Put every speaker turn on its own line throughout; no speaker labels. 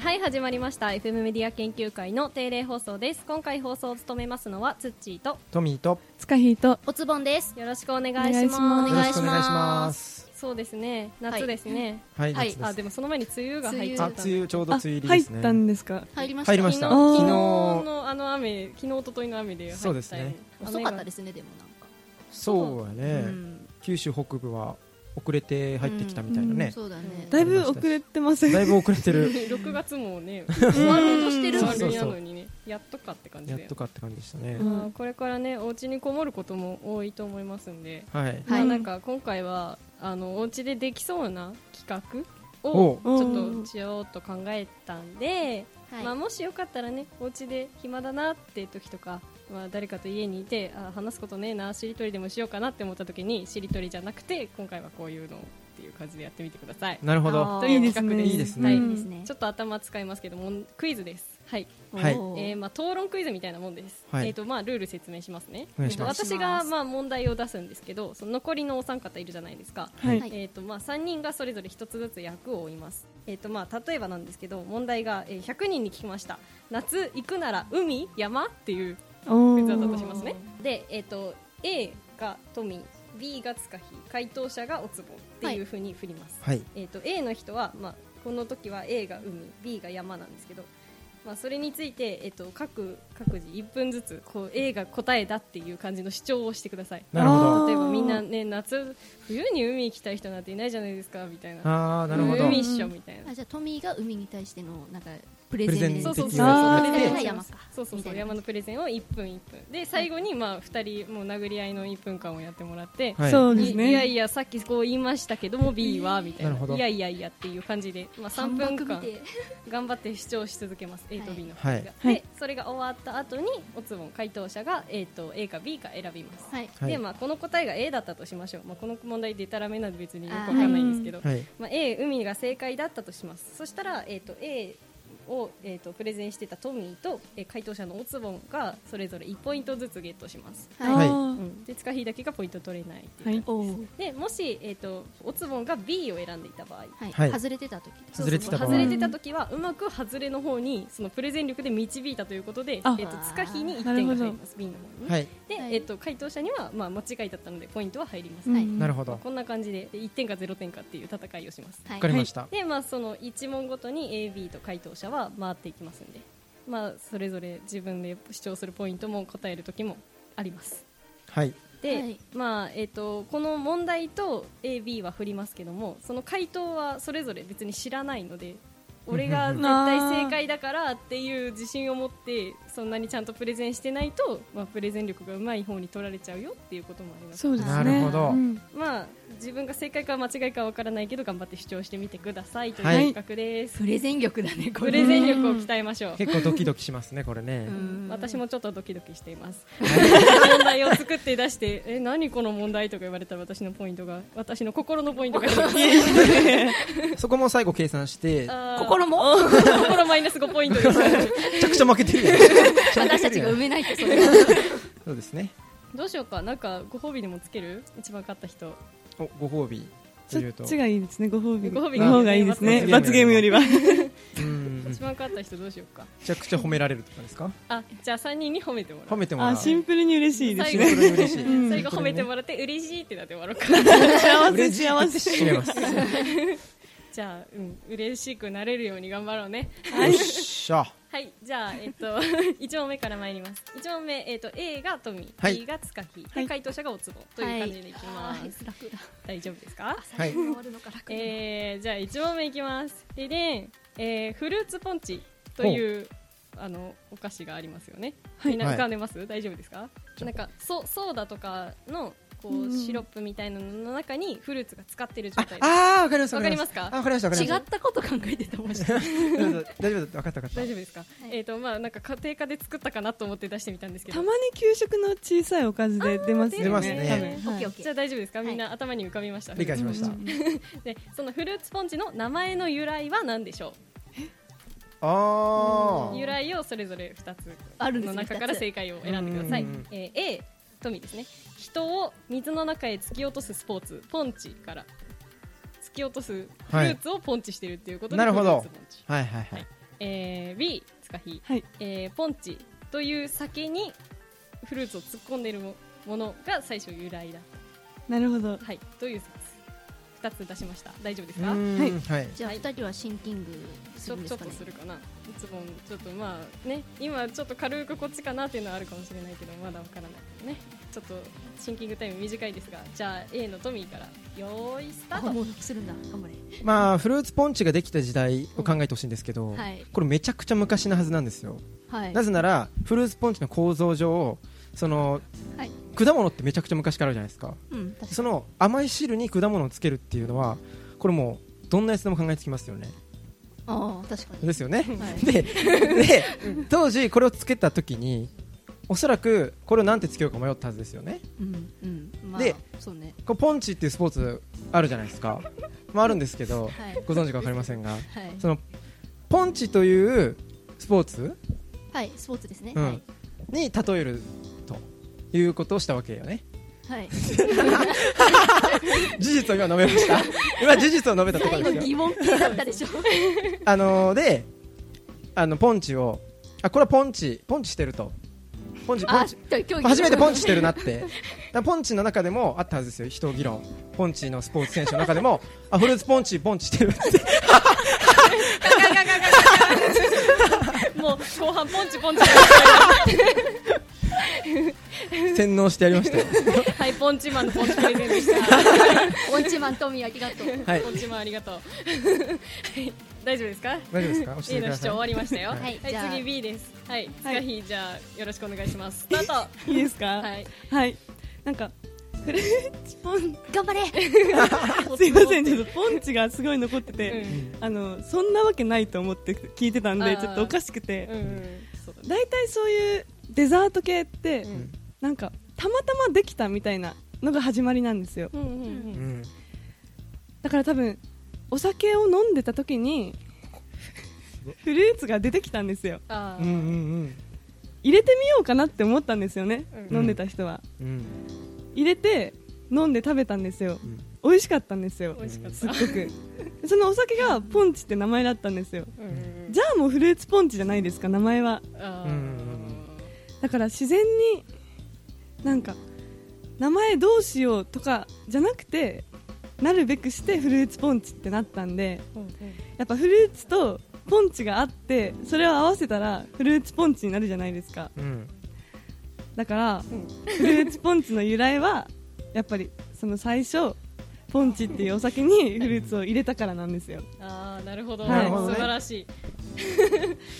はい始まりました FM メディア研究会の定例放送です今回放送を務めますのはツッチーと
トミーと
つかひーと
おつぼんです。
よろしくお願
お
い
願
し
いしま
ますす
お願いします
よろくお願いします
そうですね夏ですね、
はい、
はい
夏です
あでもその前に梅雨が入っち
あ
ゃ
梅
った
梅雨ちょうど
あ
梅雨入りです
入
ね
ったんですか
入りました。
入りまし
昨日
た
あー
昨
昨日
日
のあの雨昨日一昨日の雨で入った
そうですね
遅かったですすね、でもなんか。
そうはね、
うん
九州北部は遅れて入ってきたみたいなね、
そうだね。
だいぶ遅れてません
だいぶ遅れて る
6月も ね
終わろうとしてる
そ
の
うそう
春
そう
なのにねやっとかって感じ
やっ
で
とかって感じでしたね、
うん
まあこれからねお家にこもることも多いと思いますんで
は
は
い
い
まあなんか今回はあのお家でできそうな企画
お
をちょっとしようと考えたんで、
はい
まあ、もしよかったらねお家で暇だなって時とか、まあ、誰かと家にいてあ話すことねえなしりとりでもしようかなって思った時にしりとりじゃなくて今回はこういうのっていう感じでやってみてください。
なるほど
あ
という
いいです
企画
ね
です
いいです
は
ね
い
うん
ちょっと頭使いますけどもクイズです。はい
はい
えーまあ、討論クイズみたいなもんです、
はい
えーとまあ、ルール説明しますね
お願いします
えーと私が、まあ、問題を出すんですけどその残りのお三方いるじゃないですか、
はい
はい
えーとまあ、3人がそれぞれ1つずつ役を負います、えーとまあ、例えばなんですけど問題が、えー100人に聞きました夏行くなら海山っていう
お
クイズだったと
ー
しますねで、えー、と A がトミー B がつかひ回答者がおつぼっていうふうに振ります、
はい
えー、と A の人は、まあ、この時は A が海 B が山なんですけど、まあ、それについて、えー、と各各自1分ずつこう A が答えだっていう感じの主張をしてください
なるほ
あ
ど
ー
例えばみんなね夏冬に海行きたい人なんていないじゃないですかみたいな
ああなるほど
海っしょみたいな
あ、じゃあ、トミーが海に対しての、なんか、プレゼン。
そうそう
プレゼン的
そう
な
あー
プレゼン
プレゼン山か
そうそう
み
そ
たいうな
山のプレゼンを1分1分で最後にまあ2人もう殴り合いの1分間をやってもらって、
はい
そう
い
ですね
いやいやさっきこう言いましたけども B はみたい
なる
な
ほど
いやいやいやっていう感じで、まあ、3
三
分
分
間
間。
頑張って主張し続けます A と B の
は
二
い
人が、
はい
でそれが終わった後におつぼん回答者が、えー、と A か B か選びます、
はい。
はい
でまあ、この答えが A だったとしましょう、まあ、この問題でたらめなんで別によくわかんないんですけど、
はい
まあ、A、海が正解だったとしますそしたら、えー、と A を、えー、とプレゼンしてたトミーと、えー回答者のおつぼんがそれぞれ1ポイントずつゲットします、
は
あ
い。
ー
うん、でつかひだけがポイント取れないっていう
はい
おー
でもし、えー、とおつぼんが B を選んでいた場合
は
はいい。外れてた時。
外れてた場合
そうそう外れてた時はうまく外れの方にそのプレゼン力で導いたということで、えっ
あ
とつかひに1点が入ります B の方に、
はい
で、
はい
えっと回答者には、まあ、間違いだったのでポイントは入ります、
うん
はい
なるほどわ
こんな感じでで1点か0点かっていう戦いをします、
はい
かりました
でまあその1問ごとに AB と回答者は回っていきますんでまあそれぞれ自分で主張するポイントも答える時もあります
はい
で、
はい
まあえっとこの問題と AB は振りますけどもその回答はそれぞれ別に知らないので俺が絶対正解だからっていう自信を持ってそんなにちゃんとプレゼンしてないと、まあ、プレゼン力がうまい方に取られちゃうよっていうこともあります
そうですね
なるほど
うん
まあ自分が正解か間違いかわからないけど頑張って主張してみてくださいという
はい
企画です、
プレゼン力だね、こ
プ
れ。
レゼン力を鍛えましょう
結構ドキドキしますねこれね
うん
私。もちょっとドキドキしています問題を作って出してえ何この問題とか言われたら私のポイントが私の心のポイントが
そこも最後計算してめ
あー
心も
心マイナス5ポイントでした
ちゃくちゃ負けてるやん
私たちが埋めないと、それは。
そうですね
どうしようかなんかご褒美でもつける一番勝った人
おご褒美と
そ
いうと
っちがいいですねご褒美
ご褒美
の方がいいですね罰ゲームよりは
うんめ
一番勝った人どうしようか
ちゃくちゃ褒められるとかですか
あじゃあ3人に褒めてもら
褒
う
めてもらう
あシンプルに嬉しいです
最
ね
後
嬉しい
うん
最後褒めて
ら
もらって嬉しいってなって終わろうか
幸せ
嬉しい
幸せ
違います
じゃあ、うん、嬉しくなれるように頑張ろうね
よっしゃ
はい、じゃあ、えっと、 一問目から参ります。一問目、えっと、A がトミー、
はい
B がつかひ、で
はい
回答者がおつぼという感じでいきます。
はい楽だ。
大丈夫ですか。
はい
終わるのか楽だ。
えー、じゃあ、一問目いきます。でね、えー、フルーツポンチという。あのお菓子がありますよね。
はい
みんな浮かんでます、大丈夫ですか。
じゃ
な
あ
んか、そ、ソーダとかの、こ
う
う、
ん
シロップみたいなのの中に、フルーツが使ってる状態です。
ああわかりました
わかりますか
あわかりましたわかり
違
ま
っ
した
こと考えてたもん。
たうん大丈夫だわかったわかった
大丈夫ですか。えっ、と、まあ、なんか家庭科で作ったかなと思って出してみたんですけど
た。まに給食の小さいおかずで出ますよね
出ますね
多分
オッケーオッケー
じゃあ大丈夫ですか、
はい
みんな頭に浮かびました。
理解しました
でそのフルーツポンチの名前の由来は何でしょ
あ
う由来をそれぞれ2つ
あるんで
の
すね
中から正解を選んでください
うん、
えー A 富ですね人を水の中へ突き落とすスポーツポンチから突き落とすフルーツをポンチしてるっていうことで、
はいなるほど
フルーツポンチ
あはいはいはい
えー、B つかひ、
はい
えーポンチという酒にフルーツを突っ込んでいるもものが最初由来だ
なるほど。
はいという説二つ出しました大丈夫です
う
か
んはい。
じゃあ二人はシンキングす
ちょ
るんで
ちょっ
すか
と
ね
するかなズボンちょっとまあね今ちょっと軽くこっちかなっていうのはあるかもしれないけどまだわからないからねちょっとシンキングタイム短いですがじゃあ A のトミーからよーいスタ
あ
ート
もうするんだ頑張れ
まあフルーツポンチができた時代を考えてほしいんですけど、
はい
これめちゃくちゃ昔のはずなんですよ。
はい
なぜならフルーツポンチの構造上、その、
はい
果物ってめちゃくちゃ昔からあるじゃないですか。
うん確か
その甘い汁に果物をつけるっていうのはこれもうどんなやつでも考えつきますよね。
にああ確かに
ですよね。
はい
でで当時これをつけた時におそらくこれをなんてつけようか迷ったはずですよね。
うんうんまあ
で
そうね
こうポンチっていうスポーツあるじゃないですか。まああるんですけど
はい
ご存知かわかりませんが。
はい
そのポンチというスポーツ、
はいスポーツですね、
うん
はい
に例えるということをしたわけよね
はい
事実を今述べました今事実を述べたとこ
最
ろです
後
よ
疑問系だったでしょ
あのーであのポンチをあこれはポンチポンチしてるとポンチポ
あ
ンチ
競技
初めてポンチしてるなってだからポンチの中でもあったはずですよ人議論ポンチのスポーツ選手の中でもあフルーツポンチポンチしてるって
もう後半ポンチポンチ
洗脳してやりま したよ
はいポンチマンのポンチプレゼンでした
ポンチマントミーありがとう
はい
ポンチマンありがとうはい大丈夫ですか
大丈夫ですか落ち着
A
いてく
の
だ
主張終
さ
わりましたよ
は
はいい、
じゃあ
次 B ですはいつ
はい
かひじゃあよろしくお願いしますスタート
いいですか。
はい
はい。なんか、フレンチポン、
頑張 れ
すいません、ちょっとポンチがすごい残って
う
て、
ん
あの、そんなわけないと思って聞いてたんで、
あー
ちょっとおかしく
う
て。
んうんそうだね
大体そういうデザート系って、
うん
なんか、たまたまできたみたいなのが始まりなんですよ。
うんうんう
い、うんん、
だから多分、お酒を飲んでた時に、フルーツが出てきたんですよ。
あ
うんうんうん
入れてみようかなって思ったんですよね、
うん
飲んでた人は。
うん
入れて、飲んで食べたんですよ。
うん
美味しかったんですよ
ー。美味しかっ
すったごくそのお酒がポンチって名前だったんですよ
うんうん
じゃあもうフルーツポンチじゃないですか名前は
あ
うんうん
だから自然になんか名前どうしようとかじゃなくてなるべくしてフルーツポンチってなったんで
ー
やっぱフルーツとポンチがあってそれを合わせたらフルーツポンチになるじゃないですか
うん
だから
ん
フルーツポンチの由来はやっぱりその最初ポンチっていうお酒にフルーツを入れたからなんですよ
あーなるほど、
な
るほどね
素晴らし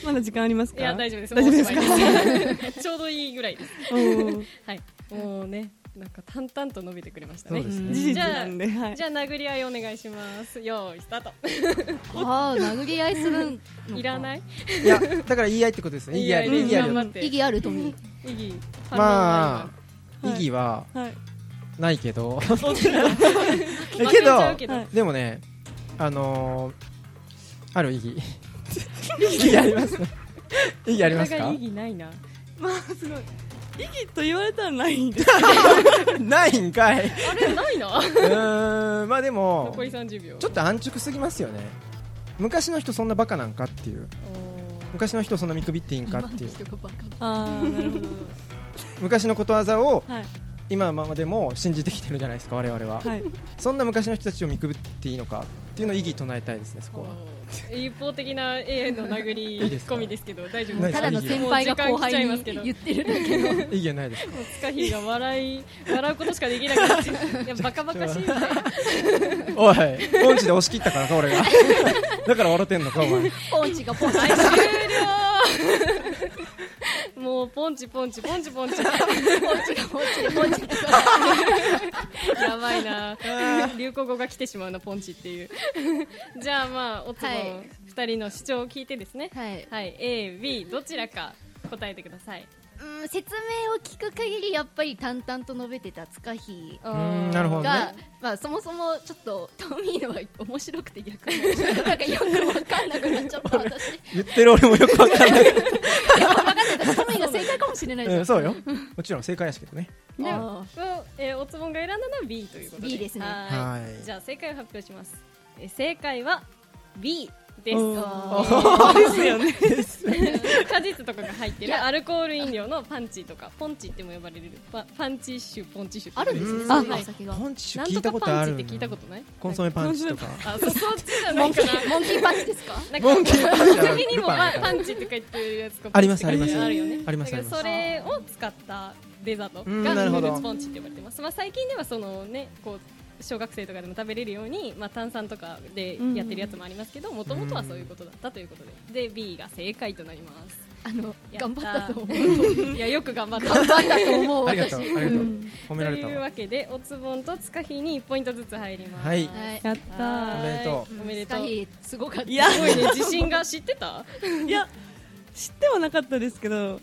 まだ時間あります
いい
か
や大丈夫です
大丈夫です
もうおしまいです ちょうどいいぐらいです
おー
はいもうねなんか淡々と伸びてくれました
そう
ね
ですね
事実なんで、はい
じ、ゃあ殴り合いお願いしますよーいスタート
ああ殴り合いする
いらない
いやだから言い合いってことですね 言い合
で
い言い合い
頑張
だ
って
意義あるトミー
意義
まあ
は
意
い
義は
はい、
ないけど
け
けど
けど、
はい
でもねあのーある意義意義あります意義あり
な
ま
か
す
なか
か
意義ないな
まあすごい意義と言われたらないんです
ないんかい
あれない な
うーんまあでも
残り30秒
ちょっと安直すぎますよね昔の人そんなバカなんかっていう
おー
昔の人そんな見くびっていいんかっていう
人がバカ
ああなるほど
昔のことわざを
はい
今までも信じてきてるじゃないですか我々は
はい
そんな昔の人たちを見くびっていいのかっていうのを意義唱えたいですね、そこ は。
おー一方的な A の殴り
いいですか
込みですけど大丈夫
な
で
い
す
です
た
か
だの先輩が後輩に言ってるだけの
意義はないですか。
スカヒが笑い笑うことしかできなくなっていやバカバカしいみたいな
おい、ポンチで押し切ったからか、俺 が。だから笑ってんのか、お前。
ポンチがポンチ
終了もうポンチポンチポンチポンチ
ポンチがポンチでポンチが
やばいな流行語が来てしまうなポンチっていうじゃあまあおつぼん
はい
2人の主張を聞いてですね
はい
はい AB どちらか答えてください
うん説明を聞く限りやっぱり淡々と述べてたつかひ
う
ーんなるほど
が、まあ、そもそもちょっとトミーのは面白くて逆になんかよくわかんなくなっちゃった私
言ってる俺もよくわかんない。
トミーが正解かもしれないじ
う
ゃ ん
ん、そうよ。もちろん正解ですけどね。
で
あ
うんえーおつぼんが選んだのは B ということで
B ですね
はーい
はい。
じゃあ正解を発表しますえー正解は B です
あですよね
果実とかが入ってるアルコール飲料のパンチとかポンチっても呼ばれるパパンチッシュポンチッシュって
あるんですね
うん
そういうお酒が
ポンチッ
な
シ
ん
ュ聞いた
と
こ
か
と
パン
あ
チ
る
っ
な
て聞いたことない
コンソメパンチとか
あ そそっちじゃないかな
モンキーパンチですか
なんか
モンキーパンチは
先に
ル
も
パン
パ
やから
パンチって書いてるやつとか
あります
ポンチって書いて
あ
る
り
やつあるよね
あります
だから
あ
それを使ったデザート
うん
が
なる
フ
ほど
ルーツポンチって呼ばれてますまあ最近ではそのねこう小学生とかでも食べれるように、まあ、炭酸とかでやってるやつもありますけどもともとはそういうことだったということでで B が正解となります
あの
や
頑
た
張ったと思 う
いやよく頑張った
頑張ったと思う
ありがとうあ
私
りがとう褒められた
という
わ
わけでおつぼんとつかひに1ポイントずつ入ります
はい
はい
やっ
は
た
い
おめでと
おめでと
スカ
う
イすごかった
いや
すごい ね自信が知ってた
いや知ってはなかったですけど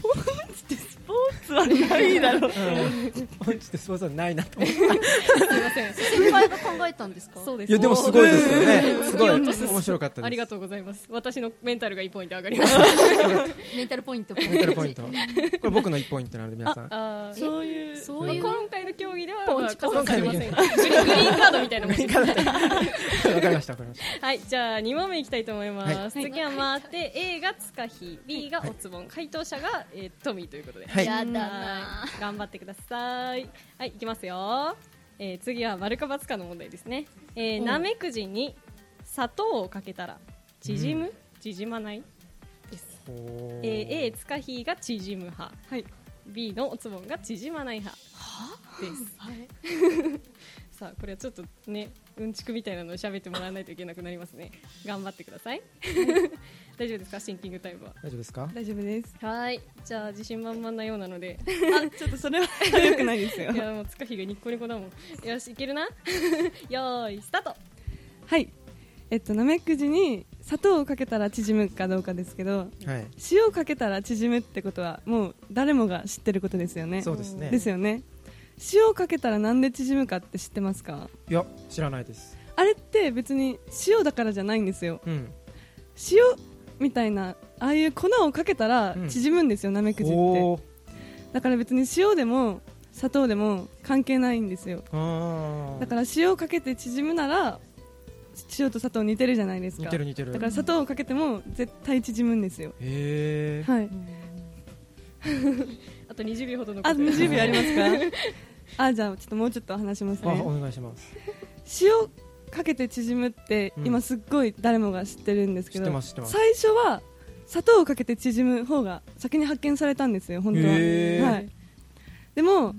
ポンチってスポーツはないだろう
うんポンチってスポーツはないなと思って
すいません
先輩が考えたんですか
そうです
いやでもすごいですよねすごい
突き落とす
面白かったです
ありがとうございます私のメンタルが1ポイント上がりました
メンタルポイント
メンタルポイントこれ僕の1ポイントなので皆さん
あー
そういう
そういう
まあ今回の競技では、
ポン
まあ、
チ
かかりません
ポ
がグリ グリーンカードみたいなもんです
わかりましたわかりました
はいじゃあ2問目いきたいと思います、
は
次は回って A がつかひ B がおつぼん回答者が、えー、トミーということで
はい
は、
やだない
頑張ってください。はい、いきますよ。えー、次は丸か×かの問題ですね。えー、
うん
なめくじに砂糖をかけたら縮む、縮まない。
ほ
えー、A
ー
つかひが縮む派、
はい
B のおつぼんが縮まない派です。 さあ、これはちょっとね、うんちくみたいなのを喋ってもらわないといけなくなりますね。頑張ってください。 大丈夫ですか、シンキングタイムは。
大丈夫ですか
大丈夫です
はい、じゃあ自信満々なようなので。
あちょっとそれは良 くないですよ
いやもうつかひがニッコニコだもん。よしいけ るな。よーいスタート。
はいえっとなめくじに砂糖をかけたら縮むかどうかですけど
はい
塩をかけたら縮むってことはもう誰もが知ってることですよね
そうですね
ですよね塩をかけたらなんで縮むかって知ってますか
いや知らないです
あれって別に塩だからじゃないんですよ
うん
塩みたいなああいう粉をかけたら
うん
縮むんですよ、なめくじって
おー
だから別に塩でも砂糖でも関係ないんですよ
あー
だから塩をかけて縮むなら塩と砂糖似てるじゃないですか
似てる似てる
だから砂糖をかけても絶対縮むんですよ
へー
はい
あと20秒ほど残
あ
ってる
20秒あり ますかあじゃあちょっともうちょっと話します
あお
ね
願いします
塩かけて縮むって
うん
今すっごい誰もが知ってるんですけ
知っ
ど、
てます知ってます
最初は砂糖をかけて縮む方が先に発見されたんですよ本当は、
へー
はい、でも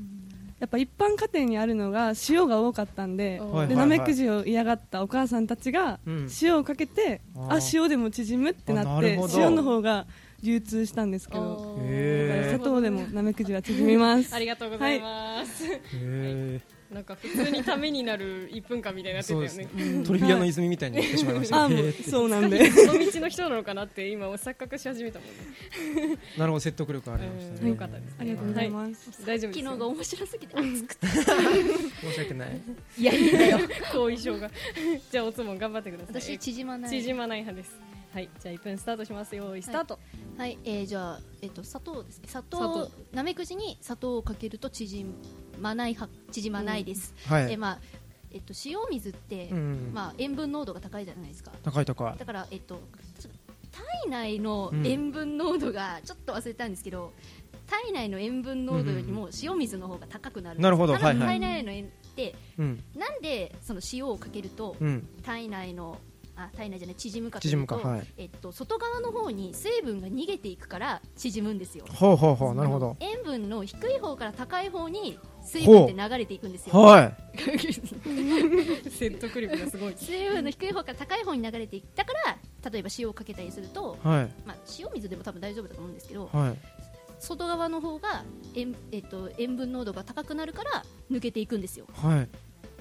やっぱ一般家庭にあるのが塩が多かったんで
お
はいはいは
で
い
なめくじを嫌がったお母さんたちが
うん
塩をかけて、
あ
あ
ー
塩でも縮むってな
あな
っ
る
て
ほど
塩の方が流通したんですけど
お
だから
へー
砂糖でもなめくじは縮みます
ありがとうございます、
へ
なんか普通にためになる1分間みたいにな
ー
って
そう
た
で
よ
す
ね
ねトリビアの泉みたいになってしまいました
あ
へ
もう
ー
そうなんで
その道の人なのかなって今錯覚し始めたもんね
なるほど説得力ありました
うん
ね
よかったです
ありがとうございます、
大丈夫です
昨日
よ
が面白すぎて熱くて
申し訳ない
いやいやよ
後遺症が じゃあおつもん頑張ってください
私縮まない
縮まない派ですはいじゃあ1分スタートしますよーいスタート、
はい、えー、じゃあ、えっと砂糖ですね砂糖
砂糖
なめくじに砂糖をかけると縮まないは縮まないです、
は
で
い
まあえっと塩水って、
うん
まあ、塩分濃度が高いじゃないですか
高い高い
だからえっとちょっと体内の塩分濃度がちょっと忘れたんですけど、体内の塩分濃度よりも塩水の方が高くなるんです
なるほど
ただ
はいはい
体内の塩って
うん
なんでその塩をかけると
うん
体内のあ体内じゃない縮むかと
縮
い
む
う
か
と、
はい
えっと、外側の方に水分が逃げていくから縮むんですよ
ほうほうほうなるほど
塩分の低い方から高い方に水分って流れていくんですよ
はい
説得力がすごい
水分の低い方から高い方に流れていったから例えば塩をかけたりすると、
はい
まあ、塩水でも多分大丈夫だと思うんですけど
はい
外側の方が塩,、えっと、塩分濃度が高くなるから抜けていくんですよ
はい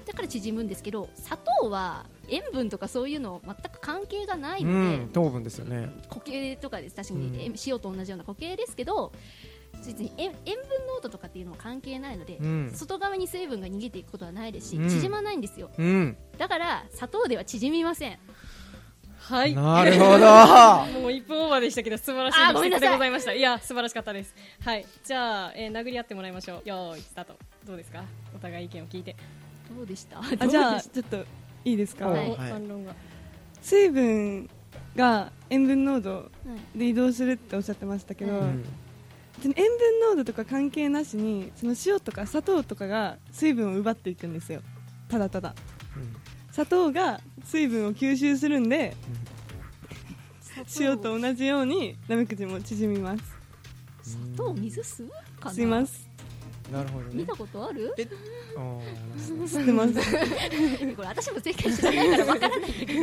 だから縮むんですけど砂糖は塩分とかそういうの全く関係がないうので、
ん糖分ですよね
固形とかです確か
うん
に塩塩と同じような固形ですけど別に塩塩分濃度とかっていうのは関係ないので、
うん
外側に水分が逃げていくことはないですし、
うん
縮まないんですよ
うん
だから砂糖では縮みません
はい
なるほど
もう一分オーバーでしたけど素晴らし
あ
い
ーごめん
力
な
で
さい
ございましたいや素晴らしかったですはいじゃあ、えー殴り合ってもらいましょうよーいスタートどうですかお互い意見を聞いて
どうでした
あじゃあちょっといいですか、
はい
お反論が
水分が塩分濃度
はい
で移動するっておっしゃってました けど、
うん
その塩分濃度とか関係なしにその塩とか砂糖とかが水分を奪っていくんですよただただ砂糖が水分を吸収するんで塩と同じようにナメクジも縮みます
砂糖水吸うかな
吸います
なるほど
見
ね
たことある
えあー
吸ってます
これ私も正解してないから分か らないんだけど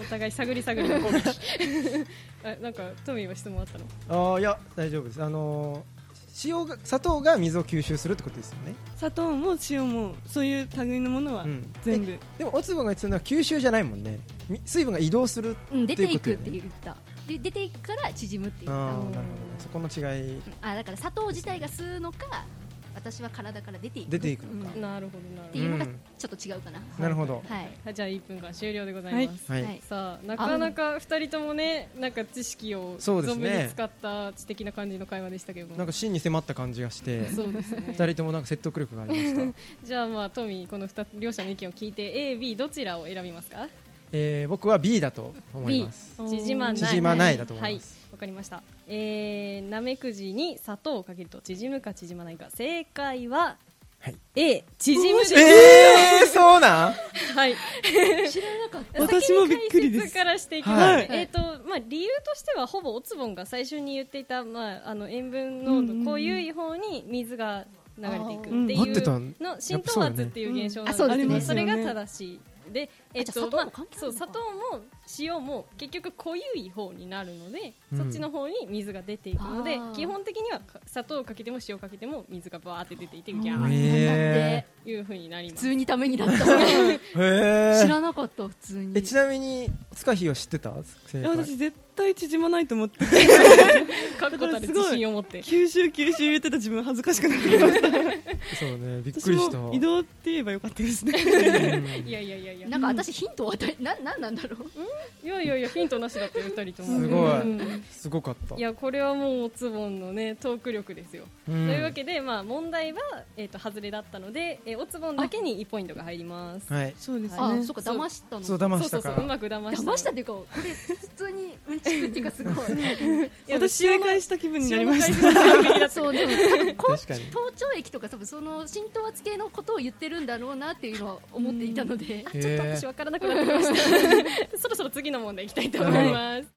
お互い探り探り の攻 撃あなんかトミーは質問あったの
あーいや大丈夫ですあのー塩が砂糖が水を吸収するってことですよね、
砂糖も塩もそういう類のものは
うん
全部、
でもおつぶが言ってたのは吸収じゃないもんねみ水分が移動する
うん出ていくっ
と
て
い
言ったで出ていくから縮むって
あ
言
あ
っ
なる
た
ほ
ん
どねそこの違い
あだから砂糖自体が吸うのか私は体から出ていく
出ていくの
うん
なるほどな
って
る
いうのが
うん
ちょっと違うかな、
なるほど
はい
ほどじゃあ1分間終了でございます、
はい、
はい
さあなかなか2人ともねなんか知識を
そうで
存
すね
分に使った知的な感じの会話でしたけども
なんか真に迫った感じがし て
そうですね
二人ともなんか説得力がありました
じゃあまあトミーこの二つ両者の意見を聞いて A、B どちらを選びますか
えー、僕は B だと思い
B
ます
縮まない
縮まないだと思
はいい
ます
わかりましたえー、なめくじに砂糖をかけると縮むか縮まないか正解は
はい
A 縮むです、
えー、そうなん
はい
知らなかった
私もびっくりで
解説
す
からしていきます、
はい
えっ、とまあ理由としてはほぼおつぼんが最初に言っていたまああの塩分濃
うんうんう
度
ん
こういう方に水が流れていくって
あ
ー
い
合ってた
うんの浸透圧っていう現象なんです
やっぱそうだね
け
うん
ど
あ
そ
そうです
れ
ね
が正しいでえっ
じゃあ
と
砂糖
ま
も
あ
関係ある
そう
のか
砂糖も塩も結局濃ゆい方になるので
うん
そっちの方に水が出ていくの
あ
で
ー
基本的にはか砂糖をかけても塩をかけても水がバーって出ていてギャ
な
ー
ん
え
で
いう風になり
普
ます
通にためになった 知
ー、えー、
らなかった普通に
えちなみに塚ひは知ってた正解
いや私絶対縮まないと思って
確固たる自信を持って
吸収吸収入れてた自分恥ずかしくなってきました
そうねびっ
私
くりした
も移動って言えばよかったですね
いやいやいやいや
なんか私ヒントを与えななんなんだろう
いやいやいやヒントなしだったよ二人とも
すごい
うん
すごかった
いやこれはもうおつぼんのねトーク力ですよ、
と
というわけでまあ問題はえっ、と外れだったので、えーおつぼんだけに1ポイントが入ります
はい
そうですね
あそうか
そう
騙したの
そう騙し
そ
た
うそう
か
そうう
ら
まく騙したの
騙したっていうかこれ普通にうんちくっていうかすごい
いや
私正解した気分になりました
塩の解説が完璧だった
そうでも多分こう
確かに
頭頂液とか多分その浸透圧系のことを言ってるんだろうなっていうのは思っていたので
ちょっと
へー
私分からなくなってきましたそろそろ次の問題いきたいと思います